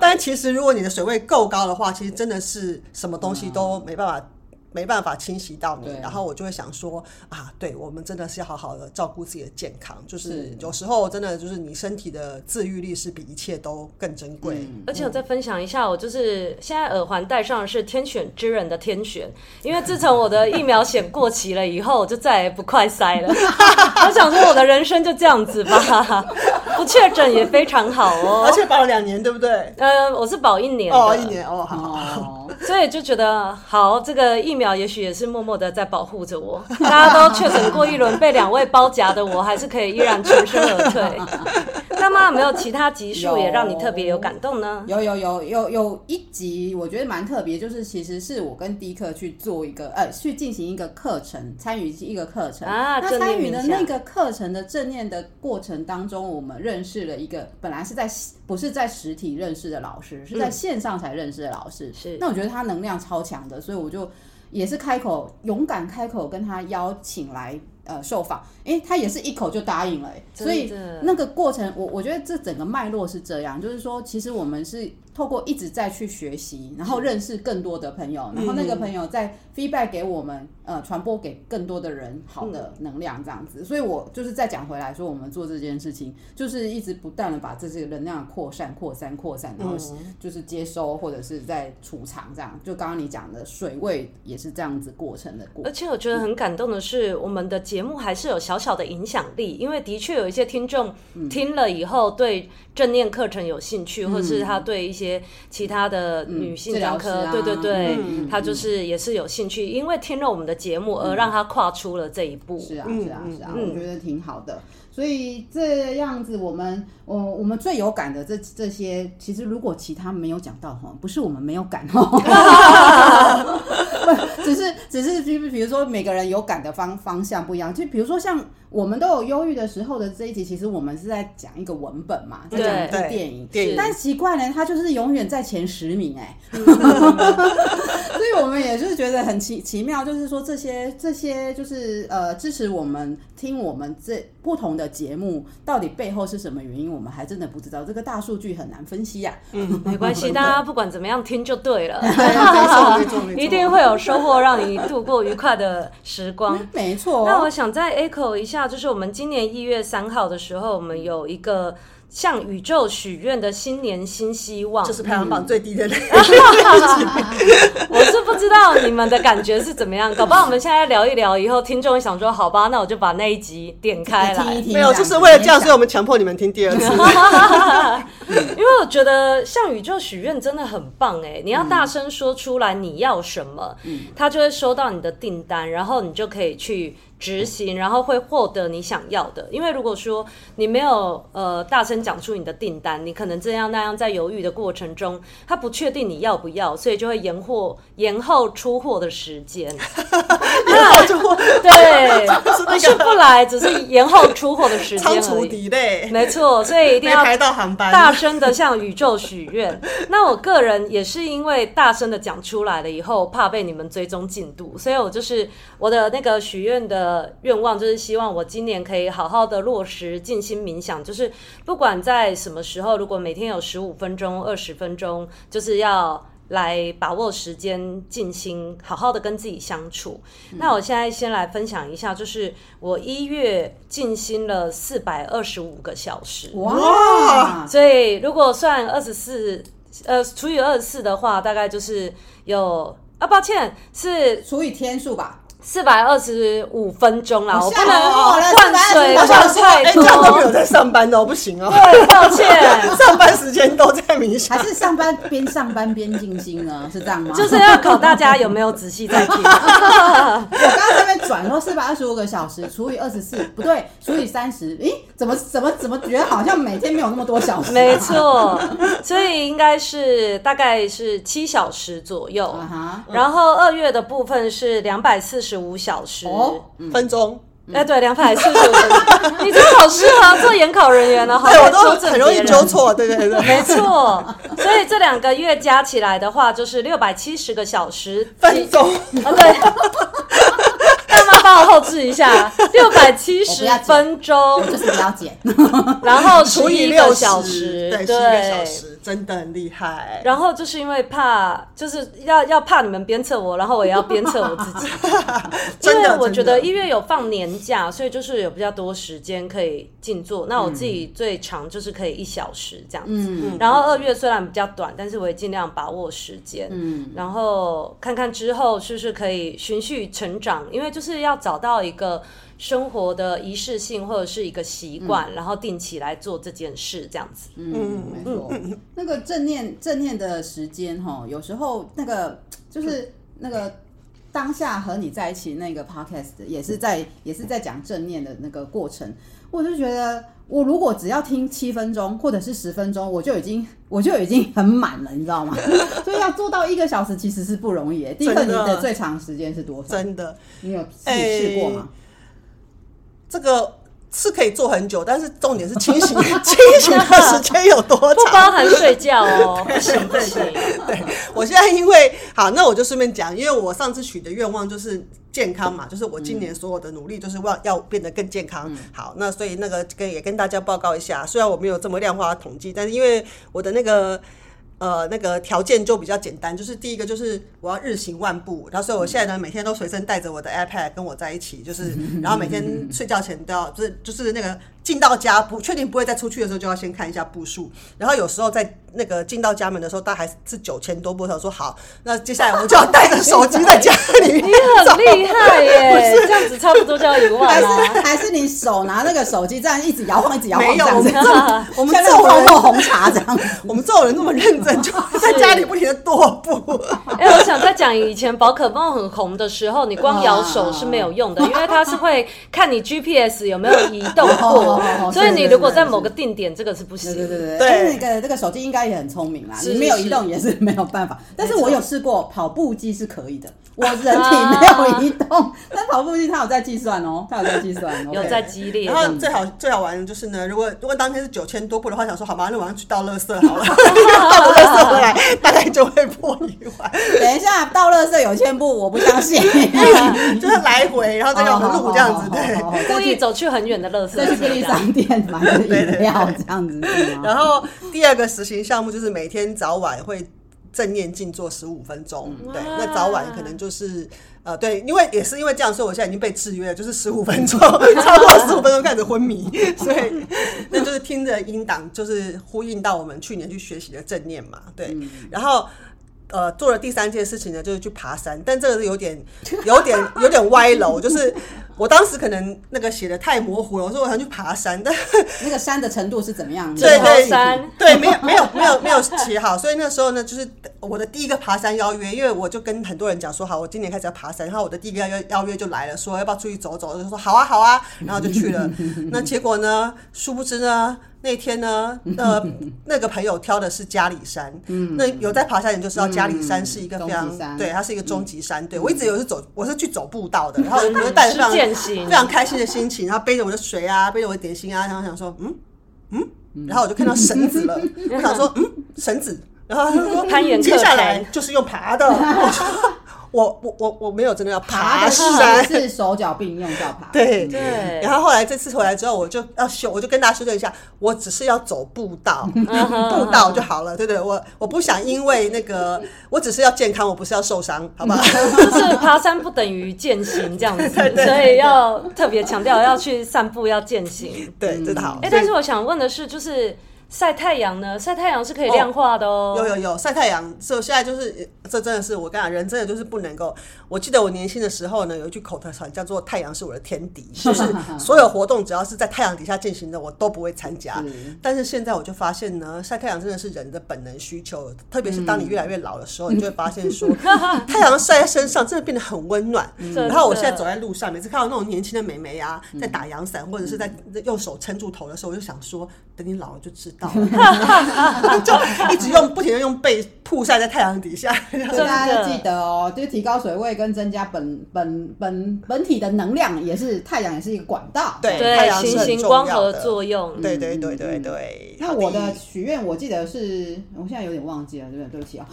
[SPEAKER 3] 但其实如果你的水位够高的话，其实真的是什么东西
[SPEAKER 2] 嗯
[SPEAKER 3] 都没办法。没办法清洗到你
[SPEAKER 1] 对，
[SPEAKER 3] 然后我就会想说啊，对我们真的是要好好的照顾自己的健康，就是
[SPEAKER 1] 是
[SPEAKER 3] 有时候真的就是你身体的自愈力是比一切都更珍贵。
[SPEAKER 2] 而且我再分享一下，我就是现在耳环戴上的是天选之人的天选，因为自从我的疫苗险过期了以后，我就再也不快塞
[SPEAKER 3] [laughs]
[SPEAKER 2] 了。我想说，我的人生就这样子吧，不确诊也非常好
[SPEAKER 3] 而
[SPEAKER 2] 哦。
[SPEAKER 3] 且保了两年，对不对？
[SPEAKER 2] 呃，我是保一年的
[SPEAKER 3] 哦，一年哦，
[SPEAKER 2] 嗯
[SPEAKER 3] 好好好。
[SPEAKER 1] 哦，
[SPEAKER 2] 所以就觉得好，这个疫苗也许也是默默的在保护着我。大家都确诊过一轮，被两位包夹的我，还是可以依然全身而退。
[SPEAKER 3] [laughs]
[SPEAKER 2] 那妈有没有其他集数也让你特别有感动呢？
[SPEAKER 1] 有有有有有一集我觉得蛮特别，就是其实是我跟迪克去做一个呃去进行一个课程，参与一个课程
[SPEAKER 2] 啊
[SPEAKER 1] 那
[SPEAKER 2] 正念
[SPEAKER 1] 参与的
[SPEAKER 2] 冥想
[SPEAKER 1] 那个课程的正念的过程当中，我们认识了一个本来是在不是在实体认识的老师，是在线上才认识的老师。
[SPEAKER 2] 嗯是
[SPEAKER 1] 那我觉得他能量超强的，所以我就也是开口勇敢开口跟他邀请来呃受访，诶、他也是一口就答应了、诶
[SPEAKER 2] 真
[SPEAKER 1] 所以
[SPEAKER 2] 的
[SPEAKER 1] 那个过程，我我觉得这整个脉络是这样，就是说，其实我们是透过一直在去学习，然后认识更多的朋友，然后那个朋友再 feedback 给我们，呃，传播给更多的人好的能量这样子。所以我就是再讲回来说，我们做这件事情，就是一直不断的把这些能量扩散、扩散、扩散，然后就是接收或者是在储藏这样。就刚刚你讲的水位也是这样子过程的过
[SPEAKER 2] 而且我觉得很感动的是，我们的节目还是有小小的影响力，因为的确有一些听众
[SPEAKER 1] 嗯
[SPEAKER 2] 听了以后对正念课程有兴趣，或是他对一些其他的女性专科，
[SPEAKER 1] 治疗师啊
[SPEAKER 2] 对对对，
[SPEAKER 1] 嗯
[SPEAKER 2] 他就是也是有兴趣，因为听了我们的节目而让他跨出了这一步。
[SPEAKER 1] 是啊，
[SPEAKER 3] 嗯
[SPEAKER 1] 是啊，是啊，
[SPEAKER 2] 嗯
[SPEAKER 1] 我觉得挺好的。所以这样子，我们，我我们最有感的这这些，其实如果其他没有讲到哈，不是我们没有感哦，不 [laughs] 只是只是比比如说每个人有感的方方向不一样。就比如说像我们都有忧郁的时候的这一集，其实我们是在讲一个文本嘛，在讲一部
[SPEAKER 3] 对
[SPEAKER 1] 电影，
[SPEAKER 3] 电影
[SPEAKER 1] 但奇怪呢，他就是永远在前十名哎、 [laughs] 所以我们也就是觉得很奇奇妙，就是说这些这些就是呃支持我们听我们这不同的节目，到底背后是什么原因，我们还真的不知道。这个大数据很难分析呀、
[SPEAKER 2] 没
[SPEAKER 1] [laughs]
[SPEAKER 2] 关系，大家不管怎么样听就对了，
[SPEAKER 3] 对没错没错没错
[SPEAKER 2] [laughs] 一定会有收获，让你度过愉快的时光。
[SPEAKER 1] 没错，哦
[SPEAKER 2] 那我想再 echo 一下，就是我们今年一月三号的时候，我们有一个向宇宙许愿的新年新希望。 [laughs]
[SPEAKER 3] 就是排行榜最低的人，
[SPEAKER 2] 我是不知道你们的感觉是怎么样，搞不好我们现在聊一聊，以后听众会想说，好吧，那我就把那一集点开
[SPEAKER 1] 听一
[SPEAKER 2] 来。
[SPEAKER 1] 听，
[SPEAKER 3] 没有，就是为了这样，所以我们强迫你们听第二次。
[SPEAKER 2] 嗯 [laughs] 因为我觉得向宇宙许愿真的很棒哎、你要大声说出来你要什么，
[SPEAKER 3] 嗯
[SPEAKER 2] 嗯他就会收到你的订单，然后你就可以去执行，然后会获得你想要的。因为如果说你没有呃大声讲出你的订单，你可能这样那样在犹豫的过程中，他不确定你 [laughs] 要不要，所以就会延后延后出货的时间。
[SPEAKER 3] 然后就
[SPEAKER 2] [laughs] 对，不是不来，只是延后出货的时间
[SPEAKER 3] 仓
[SPEAKER 2] 而
[SPEAKER 3] 储
[SPEAKER 2] 已。
[SPEAKER 3] 抵累，
[SPEAKER 2] 没错，所以一定
[SPEAKER 3] [laughs] 没
[SPEAKER 2] 要
[SPEAKER 3] 排到航班，哎
[SPEAKER 2] 大声的向宇宙许愿。那我个人也是因为大声的讲出来了以后，怕被你们追踪进度，所以我就是我的那个许愿的愿望，就是希望我今年可以好好的落实静心冥想，就是不管在什么时候，如果每天有十五分钟、二十分钟，就是要。来把握时间，静心，好好的跟自己相处。那我现在先来分享一下，就是我一月静心了四百二十五个小时。
[SPEAKER 1] 哇，
[SPEAKER 2] 所以如果算二十四，呃，除以二十四的话，大概就是有啊，抱歉，是
[SPEAKER 1] 除以天数吧，
[SPEAKER 2] 四百二十五分钟啦，我不
[SPEAKER 1] 吓
[SPEAKER 2] 能
[SPEAKER 1] 死我了
[SPEAKER 2] 灌水
[SPEAKER 1] 425
[SPEAKER 3] 我想
[SPEAKER 2] 灌
[SPEAKER 3] 说，
[SPEAKER 2] 太
[SPEAKER 3] 哎，这样都没有
[SPEAKER 2] 多，
[SPEAKER 3] 在上班的哦，不行哦，
[SPEAKER 2] 对，抱歉。
[SPEAKER 3] 上班时间都在冥想
[SPEAKER 1] 还。是上班边上班边静心呢？ [laughs] 是这样吗？
[SPEAKER 2] 就是要考大家有没有仔细
[SPEAKER 1] [laughs]
[SPEAKER 2] 在听，
[SPEAKER 1] 我刚刚在那边转说四百二十五个小时除以二十四，不对，除以三十，咦，怎么怎么怎么觉得好像每天没有那么多小时、啊？
[SPEAKER 2] 没，错，所以应该是大概是七小时左右。
[SPEAKER 1] 啊哈，
[SPEAKER 2] 然后二月的部分是两百四十五小时，
[SPEAKER 1] 哦，
[SPEAKER 3] 分钟，
[SPEAKER 2] 哎、对，两百四十五，你真的好适合做研考人员哦，好
[SPEAKER 3] 对哎我
[SPEAKER 2] 会
[SPEAKER 3] 都
[SPEAKER 2] 纠正
[SPEAKER 3] 很容易
[SPEAKER 2] 别人
[SPEAKER 3] 纠错，对对对，
[SPEAKER 2] 没错，所以这两个月加起来的话，就是六百七十个小时。
[SPEAKER 3] [laughs] 分钟，
[SPEAKER 2] 啊，对，干嘛帮我后置一下？六百七
[SPEAKER 1] 我不
[SPEAKER 2] 十
[SPEAKER 1] 要剪
[SPEAKER 2] 分钟
[SPEAKER 1] 我，就是不要剪。
[SPEAKER 2] 然后
[SPEAKER 3] 除
[SPEAKER 2] 除
[SPEAKER 3] 以
[SPEAKER 2] 以
[SPEAKER 3] 六
[SPEAKER 2] 六
[SPEAKER 3] 十
[SPEAKER 2] 小时，
[SPEAKER 3] 对，十一个小时，真的很厉害。
[SPEAKER 2] 然后就是因为怕，就是要要怕你们鞭策我，然后我也要鞭策我自 [laughs] 己，因
[SPEAKER 3] [laughs] 真的
[SPEAKER 2] 为我觉得
[SPEAKER 3] 真的
[SPEAKER 2] 一月有放年假，所以就是有比较多时间可以静坐。那我自己最长就是可以一小时这样子。
[SPEAKER 1] 嗯
[SPEAKER 2] 然后二月虽然比较短，但是我也尽量把握时间。
[SPEAKER 1] 嗯，
[SPEAKER 2] 然后看看之后是不是可以循序成长，因为就是要找到一个生活的仪式性或者是一个习惯，然后定期来做这件事，这样子。
[SPEAKER 1] 嗯，没错。那个正念正念的时间哈，有时候那个就是那个当下和你在一起那个 podcast 也是在也是在讲正念的那个过程，我就觉得。我如果只要听七分钟或者是十分钟，我就已经我就已经很满了，你知道吗？ [laughs] 所以要做到一个小时其实是不容易耶。第一个，
[SPEAKER 3] 真
[SPEAKER 1] 你
[SPEAKER 3] 的
[SPEAKER 1] 的最长时间是多少？
[SPEAKER 3] 真的，
[SPEAKER 1] 你有自己试过吗？
[SPEAKER 3] 这个是可以做很久，但是重点是清
[SPEAKER 2] [laughs]
[SPEAKER 3] 醒，清醒的时间有多
[SPEAKER 2] 不
[SPEAKER 3] 长？
[SPEAKER 2] 包含睡觉
[SPEAKER 1] [laughs]
[SPEAKER 2] 哦，不行不行，
[SPEAKER 3] [laughs] 对，我现在因为好，那我就顺便讲，因为我上次许的愿望就是健康嘛，就是我今年所有的努力就是要要变得更健康。好，那所以那个跟也跟大家报告一下，虽然我没有这么量化的统计，但是因为我的那个。呃，那个条件就比较简单，就是第一个就是我要日行万步，然后所以我现在呢每天都随身带着我的 iPad 跟我在一起，就是然后每天睡觉前都要就是就是那个进到家不确定不会再出去的时候就要先看一下步数，然后有时候在那个进到家门的时候，大概还是九千多步，他说好，那接下来我就要带着手机在家里
[SPEAKER 2] 你
[SPEAKER 3] 面 [laughs]
[SPEAKER 2] 很厉害
[SPEAKER 1] [laughs]
[SPEAKER 2] 耶，这样子差不多就要一
[SPEAKER 1] 还
[SPEAKER 2] 万
[SPEAKER 3] 哎
[SPEAKER 1] 是 [laughs]
[SPEAKER 2] 啦。
[SPEAKER 1] 还是你手拿那个手机这样一直摇晃，一直摇晃
[SPEAKER 3] 没有
[SPEAKER 1] 这样子
[SPEAKER 3] 我们我们
[SPEAKER 1] [laughs] 像
[SPEAKER 3] 这
[SPEAKER 1] 那
[SPEAKER 3] 种
[SPEAKER 1] 种
[SPEAKER 3] 人
[SPEAKER 1] 豆红茶这样子。
[SPEAKER 3] 我们这种人那么认真，就在家里不停的踱步。
[SPEAKER 2] [laughs] 哎、我想再讲以前宝可梦很红的时候，你光摇手是没有
[SPEAKER 1] [laughs]
[SPEAKER 2] 用的，因为它是会看你 GPS 有没有移动
[SPEAKER 1] [laughs] 哦哦哦
[SPEAKER 2] 过，
[SPEAKER 1] 哦
[SPEAKER 2] 所以你如果在某个
[SPEAKER 1] 是
[SPEAKER 2] 定点，这个是不行
[SPEAKER 1] 对。对对对，
[SPEAKER 3] 对
[SPEAKER 1] 但是那个这个手机应该也很聪明啦，
[SPEAKER 2] 是
[SPEAKER 1] 你没有
[SPEAKER 2] 是
[SPEAKER 1] 移动也是没有办法。但是我有试过跑步机是可以的，我人体没有
[SPEAKER 2] 啊
[SPEAKER 1] 移动，但跑步机它有在计算哦，它有在计算，
[SPEAKER 2] 有
[SPEAKER 1] OK
[SPEAKER 2] 在激烈
[SPEAKER 3] 然
[SPEAKER 2] 这
[SPEAKER 3] 后
[SPEAKER 2] 样子，
[SPEAKER 3] 最好最好玩的就是呢，如果如果当天是九千多步的话，想说好吧，那晚上去倒垃圾好了， [laughs] 倒了垃圾回来，大概就会破一万，
[SPEAKER 1] 等一下到乐色有千步，我不相信。
[SPEAKER 3] 就是来回，然后再让我们录这样子，
[SPEAKER 1] 哦好
[SPEAKER 3] 对。，
[SPEAKER 1] 好好好好
[SPEAKER 2] 故
[SPEAKER 1] 再
[SPEAKER 2] 意
[SPEAKER 1] 去
[SPEAKER 2] 走去很远的乐色
[SPEAKER 1] 再去便利商店买个饮料这样子是吗？
[SPEAKER 3] 然后第二个实行项目就是每天早晚会正念静坐十五分钟，对，
[SPEAKER 2] 哇
[SPEAKER 3] 那早晚可能就是。呃，对，因为也是因为这样，所以我现在已经被制约了，就是十五分钟， [laughs] 超过十五分钟开始昏迷，所以那就是听着音档，就是呼应到我们去年去学习的正念嘛，对。然后呃，做了第三件事情呢，就是去爬山，但这个是有点、有点、有点歪楼，就是我当时可能那个写的太模糊了，我说我想去爬山，但
[SPEAKER 1] 那个山的程度是怎么样？
[SPEAKER 3] 对对
[SPEAKER 2] 山
[SPEAKER 3] [laughs] 对，没有没有没有没有写好，所以那时候呢，就是我的第一个爬山邀约，因为我就跟很多人讲说，好，我今年开始要爬山，然后我的第一个邀约邀约就来了，说要不要出去走走，我就说好啊好啊，然后就去了。那结果呢，殊不知呢，那天呢，呃，那个朋友挑的是嘉里山，那有在爬山人就知道嘉里山是一个非
[SPEAKER 1] 终极山
[SPEAKER 3] 常对，它是一个终极山队。我一直以为是走，我是去走步道的，然后我就带着非常
[SPEAKER 2] 是践行
[SPEAKER 3] 非常开心的心情，然后背着我的水啊，背着我的点心啊，然后想说，嗯嗯，然后我就看到绳子
[SPEAKER 2] [laughs]
[SPEAKER 3] 了，我想说，嗯，绳子，然后他就说，嗯
[SPEAKER 2] 攀岩课
[SPEAKER 3] 接
[SPEAKER 2] 程
[SPEAKER 3] 下来就是用爬的。 [laughs] 我说我我我我没有真的要
[SPEAKER 1] 爬
[SPEAKER 3] 爬
[SPEAKER 1] 的话
[SPEAKER 3] 山，
[SPEAKER 1] 是手脚并用叫爬，
[SPEAKER 3] 对
[SPEAKER 2] 对
[SPEAKER 3] 然后后来这次回来之后，我就要修，我就跟大家修正一下，我只是要走步道，
[SPEAKER 2] 嗯
[SPEAKER 3] 步道就好了，对不对？我我不想因为那个，我只是要健康，我不是要受伤，好不 [laughs] 好？
[SPEAKER 2] 就是爬山不等于践行这
[SPEAKER 1] [laughs]
[SPEAKER 2] 样子，所以要特别强调要去散步，要践行。
[SPEAKER 3] 对，真的
[SPEAKER 1] 哦
[SPEAKER 3] 好。
[SPEAKER 2] 哎、但是我想问的是，就是晒太阳呢？晒太阳是可以量化的哦。
[SPEAKER 3] 有有有晒太阳，所以我现在就是，这真的是我跟你讲，人真的就是不能够。我记得我年轻的时候呢，有一句口头禅叫做“太阳是我的天敌”，就是所有活动只要是在太阳底下进行的，我都不会参加
[SPEAKER 1] 是。
[SPEAKER 3] 但是现在我就发现呢，晒太阳真的是人的本能需求，特别是当你越来越老的时候，你就会发现说，太阳晒在身上真的变得很温暖。
[SPEAKER 2] 真
[SPEAKER 3] 然后我
[SPEAKER 2] 的
[SPEAKER 3] 现在走在路上，每次看到那种年轻的美眉啊，在打阳伞或者是在用手撑住头的时候，我就想说，等你老了就知道了。就一直用不停的用被曝晒在太阳底下。
[SPEAKER 1] [laughs] 所以大家要记得哦，就是提高水位跟增加本本本本体的能量，也是太阳也是一个管道。
[SPEAKER 3] 对太
[SPEAKER 2] 对，
[SPEAKER 3] 阳是
[SPEAKER 2] 行
[SPEAKER 3] 很
[SPEAKER 2] 星
[SPEAKER 3] 重
[SPEAKER 2] 光
[SPEAKER 3] 要
[SPEAKER 2] 合
[SPEAKER 3] 的
[SPEAKER 2] 作用。
[SPEAKER 3] 对对对对对。
[SPEAKER 1] 那我的许愿，我记得是，我现在有点忘记了，对不对？对不起啊、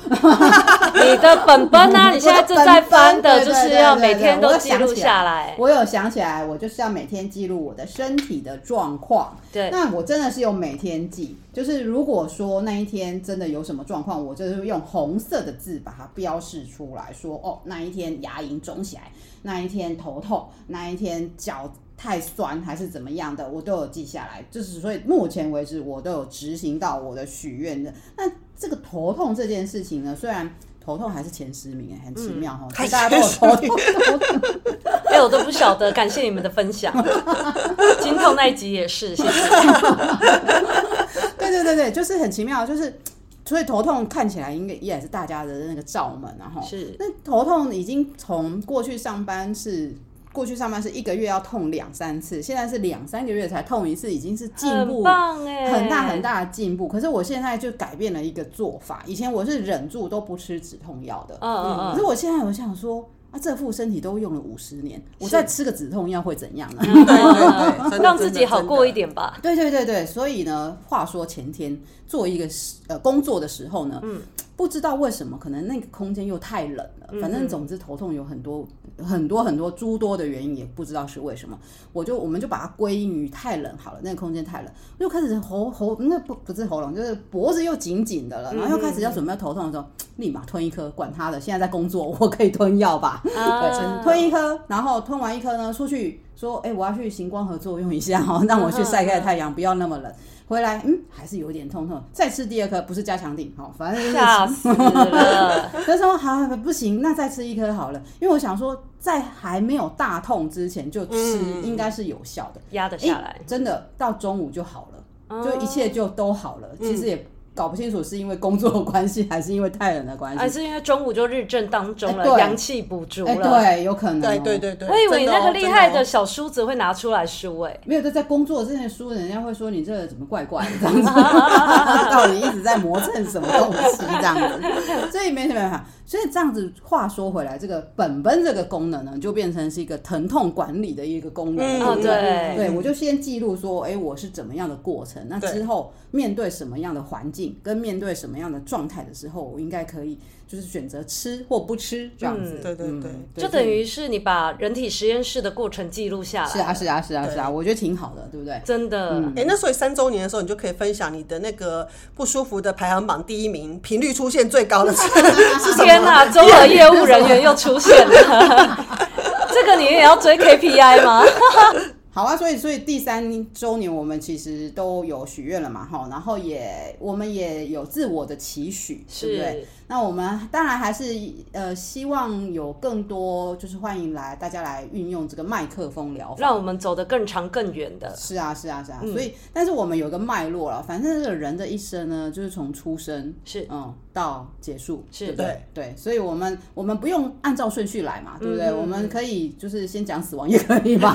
[SPEAKER 2] 你的本本呢、
[SPEAKER 1] [laughs]
[SPEAKER 2] 啊你现在正在翻的，
[SPEAKER 1] 对
[SPEAKER 2] 就
[SPEAKER 1] 对对
[SPEAKER 2] 是
[SPEAKER 1] 对
[SPEAKER 2] 要
[SPEAKER 1] 对
[SPEAKER 2] 每
[SPEAKER 1] 对
[SPEAKER 2] 天
[SPEAKER 1] 我
[SPEAKER 2] 都
[SPEAKER 1] 有
[SPEAKER 2] 记
[SPEAKER 1] 想
[SPEAKER 2] 录
[SPEAKER 1] 起
[SPEAKER 2] 下来。
[SPEAKER 1] [laughs] 我有想起来，我就是要每天记录我的身体的状况。
[SPEAKER 2] 对
[SPEAKER 1] 那我真的是有每天记，就是如果说那一天真的有什么状况，我就是用红色的字把它标示出来，说哦，那一天牙龈肿起来，那一天头痛，那一天脚。太酸还是怎么样的，我都有记下来。就是所以目前为止，我都有执行到我的许愿的。那这个头痛这件事情呢，虽然头痛还是前十名，很奇妙
[SPEAKER 3] 嗯
[SPEAKER 1] 哦，大家都有头痛。
[SPEAKER 2] 哎、我都不晓得，感谢你们的
[SPEAKER 1] [laughs]
[SPEAKER 2] 分享。金痛那一集也是，谢谢。
[SPEAKER 1] 对对对对，就是很奇妙，就是所以头痛看起来应该也是大家的那个罩门、啊，然后
[SPEAKER 2] 是
[SPEAKER 1] 那头痛已经从过去上班是。过去上班是一个月要痛两三次，现在是两三个月才痛一次，已经是进
[SPEAKER 2] 很
[SPEAKER 1] 步
[SPEAKER 2] 棒哎、
[SPEAKER 1] 很大很。大的进步。可是我现在就改变了一个做法，以前我是忍住都不吃止痛药的，
[SPEAKER 2] 嗯嗯
[SPEAKER 1] 可
[SPEAKER 2] 嗯
[SPEAKER 1] 是，我现在我想说，啊，这副身体都用了五十年，我再吃个止痛药会怎样呢？
[SPEAKER 2] 嗯
[SPEAKER 3] 对对
[SPEAKER 1] [laughs]
[SPEAKER 3] 对真的
[SPEAKER 2] 让
[SPEAKER 3] 真
[SPEAKER 2] 自
[SPEAKER 3] 的
[SPEAKER 2] 己好
[SPEAKER 3] 真的
[SPEAKER 2] 过一点吧。
[SPEAKER 1] 对对对对，所以呢，话说前天做一个时呃工作的时候呢，不知道为什么，可能那个空间又太冷了，反正总之头痛有很多很多很多诸多的原因，也不知道是为什么，我就我们就把它归因于太冷好了，那个空间太冷，我就开始喉喉那不不是喉咙，就是脖子又紧紧的了，然后又开始要准备要头痛的时候，立马吞一颗，管他的，现在在工作，我可以吞药吧。
[SPEAKER 2] 啊，
[SPEAKER 1] 吞一颗，然后吞完一颗呢，出去说，哎、我要去行光合作用一下哦， [laughs] 让我去晒晒太阳，不要那么冷。回来，嗯，还是有点痛痛，再吃第二颗，不是加强定，好、反正就是
[SPEAKER 2] 吓死了。
[SPEAKER 1] 那时候好不行，那再吃一颗好了，因为我想说，在还没有大痛之前就吃，
[SPEAKER 3] 嗯
[SPEAKER 1] 应该是有效的。
[SPEAKER 2] 压得下来哦
[SPEAKER 1] 诶，真的到中午就好了，就一切就都好了。其
[SPEAKER 2] 嗯
[SPEAKER 1] 实也搞不清楚是因为工作的关系，还是因为太冷的关系。
[SPEAKER 2] 还啊是因为中午就日正当中
[SPEAKER 1] 哎对
[SPEAKER 2] 了，阳气补足
[SPEAKER 1] 哎、
[SPEAKER 2] 了。
[SPEAKER 1] 对，有可能、
[SPEAKER 3] 对对。对对，
[SPEAKER 2] 我以为你
[SPEAKER 3] 真的
[SPEAKER 2] 那
[SPEAKER 3] 哦
[SPEAKER 2] 个厉害
[SPEAKER 3] 真
[SPEAKER 2] 的小梳子会拿出来梳哎，
[SPEAKER 1] 没有，就在工作这些书，人家会说你这怎么怪怪的这样子， [laughs] 到底一直在磨蹭什么东西这样子，所以没什么办法。所以这样子，话说回来，这个本本这个功能呢，就变成是一个疼痛管理的一个功能。
[SPEAKER 3] 嗯
[SPEAKER 1] 不
[SPEAKER 2] 哦对
[SPEAKER 1] 对我就先记录说，哎，我是怎么样的过程，那
[SPEAKER 3] 对
[SPEAKER 1] 之后面对什么样的环境，跟面对什么样的状态的时候，我应该可以就是选择吃或不吃这样子。
[SPEAKER 3] 嗯对对
[SPEAKER 1] 嗯
[SPEAKER 3] 对
[SPEAKER 2] 就
[SPEAKER 1] 所以
[SPEAKER 2] 等于是你把人体实验室的过程记录下
[SPEAKER 1] 是
[SPEAKER 2] 来，
[SPEAKER 1] 啊是啊是啊
[SPEAKER 3] 对
[SPEAKER 1] 是啊，我觉得挺好的，对不对？
[SPEAKER 2] 真的。
[SPEAKER 3] 哎、那所以三周年的时候，你就可以分享你的那个不舒服的排行榜第一名，频率出现最高的是 [laughs] 是什么？
[SPEAKER 2] 天哪、综合业务人员又出现了，
[SPEAKER 3] [laughs]
[SPEAKER 2] 这个你也要追 KPI 吗？
[SPEAKER 1] 好啊，所以所以第三周年我们其实都有许愿了嘛，哈，然后也我们也有自我的期许，对不对？
[SPEAKER 2] 是
[SPEAKER 1] 那我们当然还是呃希望有更多，就是欢迎来大家来运用这个麦克风疗法。
[SPEAKER 2] 让我们走得更长更远的。
[SPEAKER 1] 是啊，是啊，是啊，所以但是我们有个脉络了，反正这个人的一生呢，就是从出生
[SPEAKER 2] 是
[SPEAKER 1] 嗯到结束，
[SPEAKER 2] 是
[SPEAKER 1] 对不对对，所以我们我们不用按照顺序来嘛，对不对？
[SPEAKER 2] 嗯
[SPEAKER 1] 我们可以就是先讲死亡也可以吧，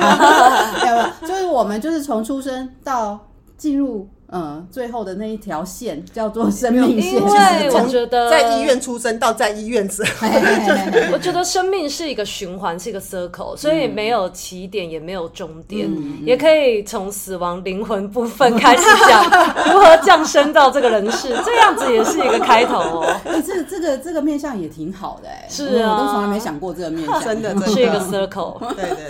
[SPEAKER 1] 对吧？就是我们就是从出生到进入嗯，最后的那一条线叫做生命
[SPEAKER 2] 因
[SPEAKER 1] 线，
[SPEAKER 2] 为我
[SPEAKER 3] 从
[SPEAKER 2] 觉得
[SPEAKER 3] 在医院出生到在医院死，
[SPEAKER 1] 嘿嘿嘿嘿
[SPEAKER 2] [laughs] 我觉得生命是一个循环，是一个
[SPEAKER 1] 嗯
[SPEAKER 2] circle，所以没有起点，也没有终点，也可以从死亡灵魂部分开始
[SPEAKER 1] [laughs]
[SPEAKER 2] 讲如何降生到这个人世，这样子也是一个开头哦，
[SPEAKER 1] 哎这这个这个面相也挺好的哎、
[SPEAKER 2] 是啊
[SPEAKER 1] 我都从来没想过这个面相，
[SPEAKER 3] 真的真的
[SPEAKER 2] 是一个 circle。
[SPEAKER 3] 对对对，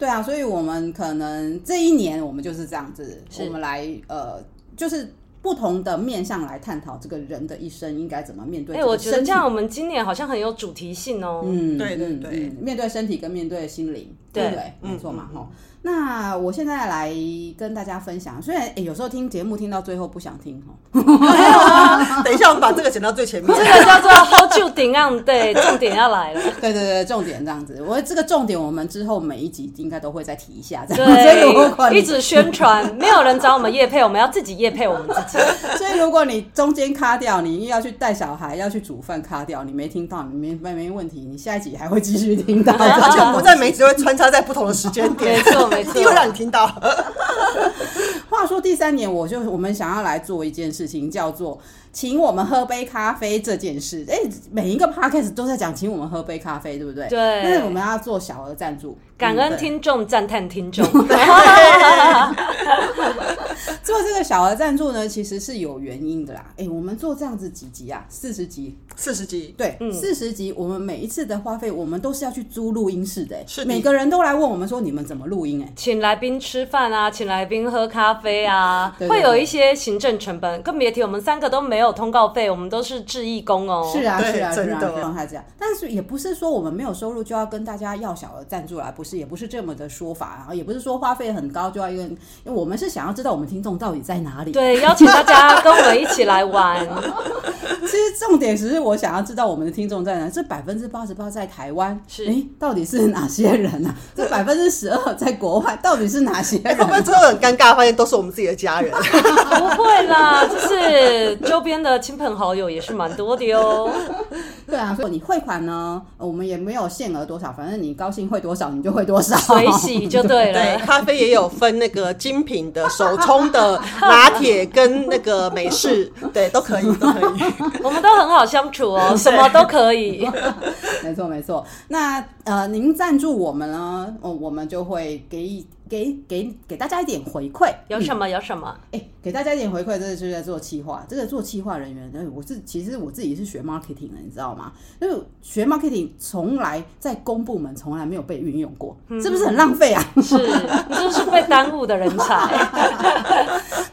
[SPEAKER 1] 对啊，所以我们可能这一年我们就是这样子，
[SPEAKER 2] 是
[SPEAKER 1] 我们来呃，就是不同的面向来探讨这个人的一生应该怎么面对
[SPEAKER 2] 哎、
[SPEAKER 1] 这
[SPEAKER 2] 我
[SPEAKER 1] 个
[SPEAKER 2] 觉得
[SPEAKER 1] 身
[SPEAKER 2] 这
[SPEAKER 1] 体。
[SPEAKER 2] 样，我们今年好像很有主题性哦。
[SPEAKER 1] 嗯，
[SPEAKER 3] 对对
[SPEAKER 1] 嗯
[SPEAKER 3] 对嗯
[SPEAKER 1] 嗯面对身体跟面对心灵，
[SPEAKER 2] 对
[SPEAKER 1] 对不对？没错嘛，吼。那我现在来跟大家分享，虽然、哎有时候听节目听到最后不想听吼，
[SPEAKER 3] 等一下我们把这个剪到最前面 [laughs]
[SPEAKER 2] 这。个叫做 “hold you down”，对，重点
[SPEAKER 1] [laughs]
[SPEAKER 2] 要来了。
[SPEAKER 1] 对对对，重点这样子。我这个重点我们之后每一集应该都会再提一下，这样。 [laughs] 所以如果
[SPEAKER 2] 对，
[SPEAKER 1] 你
[SPEAKER 2] 一直宣传，没有人找我们叶配，我们要自
[SPEAKER 1] [laughs]
[SPEAKER 2] 己叶配我们自己。
[SPEAKER 1] 所以如果你中间卡掉，你又要去带小孩，要去煮饭卡掉，你没听到，你没没没问题，你下一集还会继续听到。
[SPEAKER 3] 而且我 [laughs] 们啊在每一集都会穿插在不同的时间点， [laughs]
[SPEAKER 2] 没错没错
[SPEAKER 3] 一定会让你听到。
[SPEAKER 1] 话说第三年，我就我们想要来做一件事情，叫做请我们喝杯咖啡这件事。哎、每一个 podcast 都在讲请我们喝杯咖啡，对不对？
[SPEAKER 2] 对
[SPEAKER 1] 但是我们要做小额赞助，
[SPEAKER 2] 感
[SPEAKER 1] 嗯
[SPEAKER 2] 恩
[SPEAKER 1] 对
[SPEAKER 2] 听众，赞叹
[SPEAKER 1] [laughs]
[SPEAKER 2] 听众。 [laughs]
[SPEAKER 1] 做这个小额赞助呢，其实是有原因的啦。哎、我们做这样子几集啊，四十集，
[SPEAKER 3] 四十集，
[SPEAKER 1] 对，四十、集，我们每一次的花费，我们都是要去租录音室的、哎
[SPEAKER 3] 是的
[SPEAKER 1] 每个人都来问我们说你们怎么录音、哎。
[SPEAKER 2] 请来宾吃饭啊，请来宾喝咖啡啊，
[SPEAKER 1] 对对
[SPEAKER 2] 会有一些行政成本，更别提我们三个都没有通告费，我们都是志义工哦。
[SPEAKER 1] 是啊，
[SPEAKER 3] 对
[SPEAKER 1] 是啊，是
[SPEAKER 3] 真
[SPEAKER 1] 啊，
[SPEAKER 3] 的
[SPEAKER 1] 状态这样。但是也不是说我们没有收入就要跟大家要小额赞助啦，不是，也不是这么的说法，然后也不是说花费很高就要用，因为我们是想要知道我们听众到底在哪里。，
[SPEAKER 2] 对，邀请大家跟我们一起来玩。 [laughs]
[SPEAKER 1] 其实重点只是我想要知道我们的听众在哪，这百分之八十八在台湾，
[SPEAKER 2] 是
[SPEAKER 1] 诶，到底是哪些人啊？这百分之十二在国外，到底是哪些
[SPEAKER 3] 哎
[SPEAKER 1] 人啊
[SPEAKER 3] 会不？会最后很尴尬，发现都是我们自己的家人？
[SPEAKER 2] 不会啦，就是周边的亲朋好友也是蛮多的
[SPEAKER 1] [laughs]
[SPEAKER 2] 哦。
[SPEAKER 1] 对啊，所以你汇款呢，呃我们也没有限额多少，反正你高兴汇多少你就汇多少，
[SPEAKER 2] 水洗就
[SPEAKER 1] [laughs]
[SPEAKER 2] 对
[SPEAKER 3] 对，
[SPEAKER 2] 了。
[SPEAKER 3] 咖啡也有分那个精品的、手冲的、拿铁跟那个
[SPEAKER 1] [laughs]
[SPEAKER 3] 美式，对，都可以，都可以。
[SPEAKER 2] 我们都很好相处
[SPEAKER 1] [laughs]
[SPEAKER 2] 哦，什么都可以。
[SPEAKER 1] 没错没错，那呃，您赞助我们呢，哦，我们就会给一给给给大家一点回馈。
[SPEAKER 2] 有什么有什么，
[SPEAKER 1] 哎、给大家一点回馈，这就是在做企划。这个做企划人员，哎、我是其实我自己是学 marketing 的，你知道吗？因为学 marketing 从来在公部门从来没有被运用过，
[SPEAKER 2] 嗯
[SPEAKER 1] 是不是很浪费啊？
[SPEAKER 2] 是你就是被耽误的人才。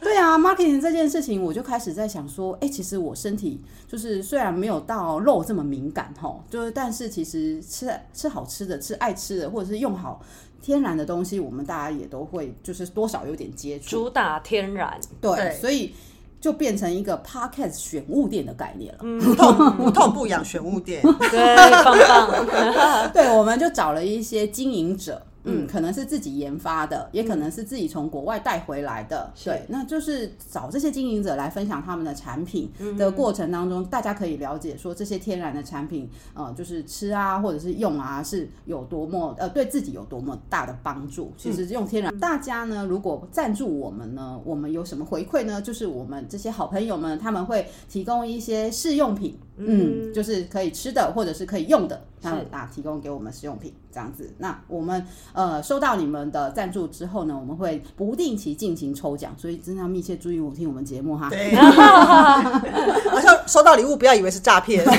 [SPEAKER 1] 对啊，marketing 这件事情，我就开始在想说，哎、其实我身体就是虽然没有到肉这么敏感吼，就是但是其实吃吃好吃的、吃爱吃的，或者是用好天然的东西，我们大家也都会就是多少有点接触。
[SPEAKER 2] 主打天然，
[SPEAKER 1] 对，
[SPEAKER 3] 对
[SPEAKER 1] 所以就变成一个 podcast 选物店的概念了。
[SPEAKER 3] 不痛不痛不痒，玄物店。
[SPEAKER 2] 嗯对，棒棒。
[SPEAKER 1] [laughs] 对，我们就找了一些经营者，嗯，可能是自己研发的，也可能是自己从国外带回来的。对，那嗯就是找这些经营者来分享他们的产品的过程当中，大家可以了解说这些天然的产品，呃，就是吃啊或者是用啊，是有多么呃对自己有多么大的帮助。其实用天然，大家呢如果赞助我们呢，我们有什么回馈呢？就是我们这些好朋友们他们会提供一些试用品，嗯，就是可以吃的或者是可以用的，那啊提供给我们试用品这样子。那我们呃收到你们的赞助之后呢，我们会不定期进行抽奖，所以真的要密切注意我听我们节目哈。 [laughs]
[SPEAKER 3] 对，好像收到礼物不要以为是诈
[SPEAKER 1] [laughs]
[SPEAKER 3] 骗，
[SPEAKER 1] 对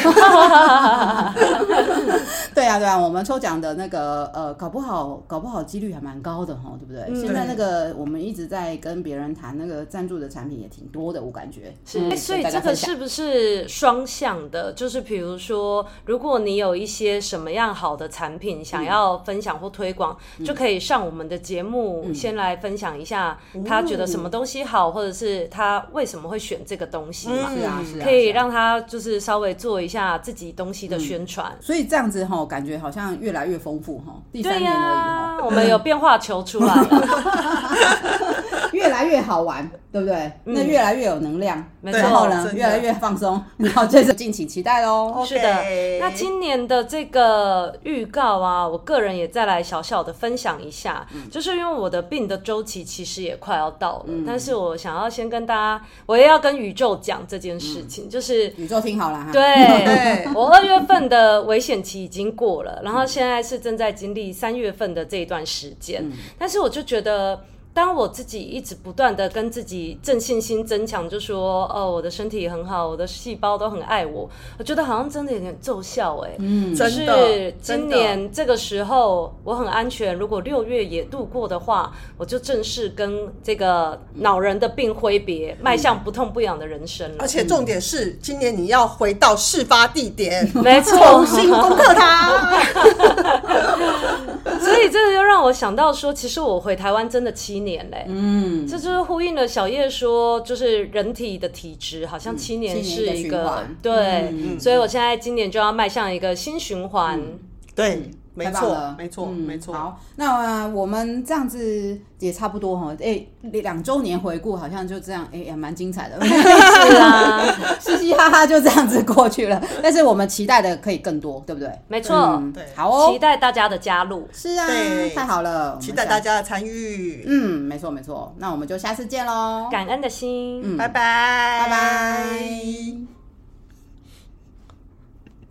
[SPEAKER 1] 啊，对啊，我们抽奖的那个呃，搞不好搞不好几率还蛮高的哈，对不对？
[SPEAKER 2] 嗯
[SPEAKER 1] 现在那个我们一直在跟别人谈那个赞助的产品也挺多的，我感觉是
[SPEAKER 2] 哎所以这个是不是双向的？就是比如说，如果你有一些什么样好的产品想要分享或推广，
[SPEAKER 1] 嗯
[SPEAKER 2] 就可以上我们的节目、先来分享一下，他觉得什么东西好，或者是他为什么会选这个东西嘛？
[SPEAKER 1] 是啊是嗯啊，
[SPEAKER 2] 可以
[SPEAKER 1] 是啊
[SPEAKER 2] 让他就是稍微做一下自己东西的宣传。
[SPEAKER 1] 所以这样子哈，感觉好像越来越丰富哈，第三
[SPEAKER 2] 对
[SPEAKER 1] 年哦
[SPEAKER 2] 呀、
[SPEAKER 1] 而已哈。
[SPEAKER 2] 我们有变化球出来了，
[SPEAKER 1] 越越来越好玩，对不对？那越来越有能量，
[SPEAKER 2] 嗯没
[SPEAKER 1] 然后
[SPEAKER 2] 错
[SPEAKER 1] 呢
[SPEAKER 3] 真，的哦
[SPEAKER 1] 越来越放松，然后接着敬请期待喽。
[SPEAKER 2] 是的
[SPEAKER 3] OK，
[SPEAKER 2] 那今年的这个预告啊，我个人也再来小小的分享一下，就是因为我的病的周期其实也快要到了，但是我想要先跟大家，我也要跟宇宙讲这件事情，就是
[SPEAKER 1] 宇宙听好了哈，
[SPEAKER 2] [laughs] 对
[SPEAKER 3] 对，
[SPEAKER 2] 我二月份的危险期已经过了，然后现在是正在经历三月份的这一段时间，
[SPEAKER 3] 嗯
[SPEAKER 2] 但是我就觉得。当我自己一直不断的跟自己正信心增强，就说哦，我的身体很好，我的细胞都很爱我，我觉得好像真的有点奏效哎、
[SPEAKER 1] 嗯，
[SPEAKER 2] 就
[SPEAKER 3] 真的
[SPEAKER 2] 是今
[SPEAKER 3] 真的
[SPEAKER 2] 年这个时候我很安全，如果六月也度过的话，我就正式跟这个恼人的病挥别，迈向不痛不痒的人生了
[SPEAKER 3] 而。且重点是，今年你要回到事发地
[SPEAKER 1] [laughs]
[SPEAKER 3] 点，
[SPEAKER 2] 没错，
[SPEAKER 3] 重新攻克它。
[SPEAKER 2] [laughs] 所以这就让我想到说，其实我回台湾真的七年嘞、
[SPEAKER 1] 嗯，
[SPEAKER 2] 这就是呼应了小叶说，就是人体的体质好像七年
[SPEAKER 1] 嗯七
[SPEAKER 2] 是
[SPEAKER 1] 年一个
[SPEAKER 2] 一
[SPEAKER 1] 循
[SPEAKER 2] 个
[SPEAKER 1] 环
[SPEAKER 2] 对，
[SPEAKER 1] 嗯
[SPEAKER 2] 所以我现在今年就要迈向一个新循环。
[SPEAKER 3] 对，没
[SPEAKER 1] 太棒
[SPEAKER 3] 错
[SPEAKER 1] 了，
[SPEAKER 3] 没错，
[SPEAKER 1] 嗯
[SPEAKER 3] 没错。
[SPEAKER 1] 好，那、呃我们这样子也差不多哈，哎、两周年回顾好像就这样，哎、也蛮精彩的，
[SPEAKER 2] [laughs] 是啊，
[SPEAKER 1] [laughs] 嘻嘻哈哈就这样子过去了。但是我们期待的可以更多，对不对？
[SPEAKER 2] 没错，
[SPEAKER 1] 嗯
[SPEAKER 3] 对
[SPEAKER 1] 好哦
[SPEAKER 2] 期，待大家的加入。
[SPEAKER 1] 是啊
[SPEAKER 3] 对，
[SPEAKER 1] 太好了，
[SPEAKER 3] 期待
[SPEAKER 1] 我们下
[SPEAKER 3] 大。家的参与，
[SPEAKER 1] 嗯，没错没错，那我们就下次见喽，
[SPEAKER 2] 感恩的心，
[SPEAKER 1] 嗯
[SPEAKER 3] 拜拜，
[SPEAKER 1] 拜拜。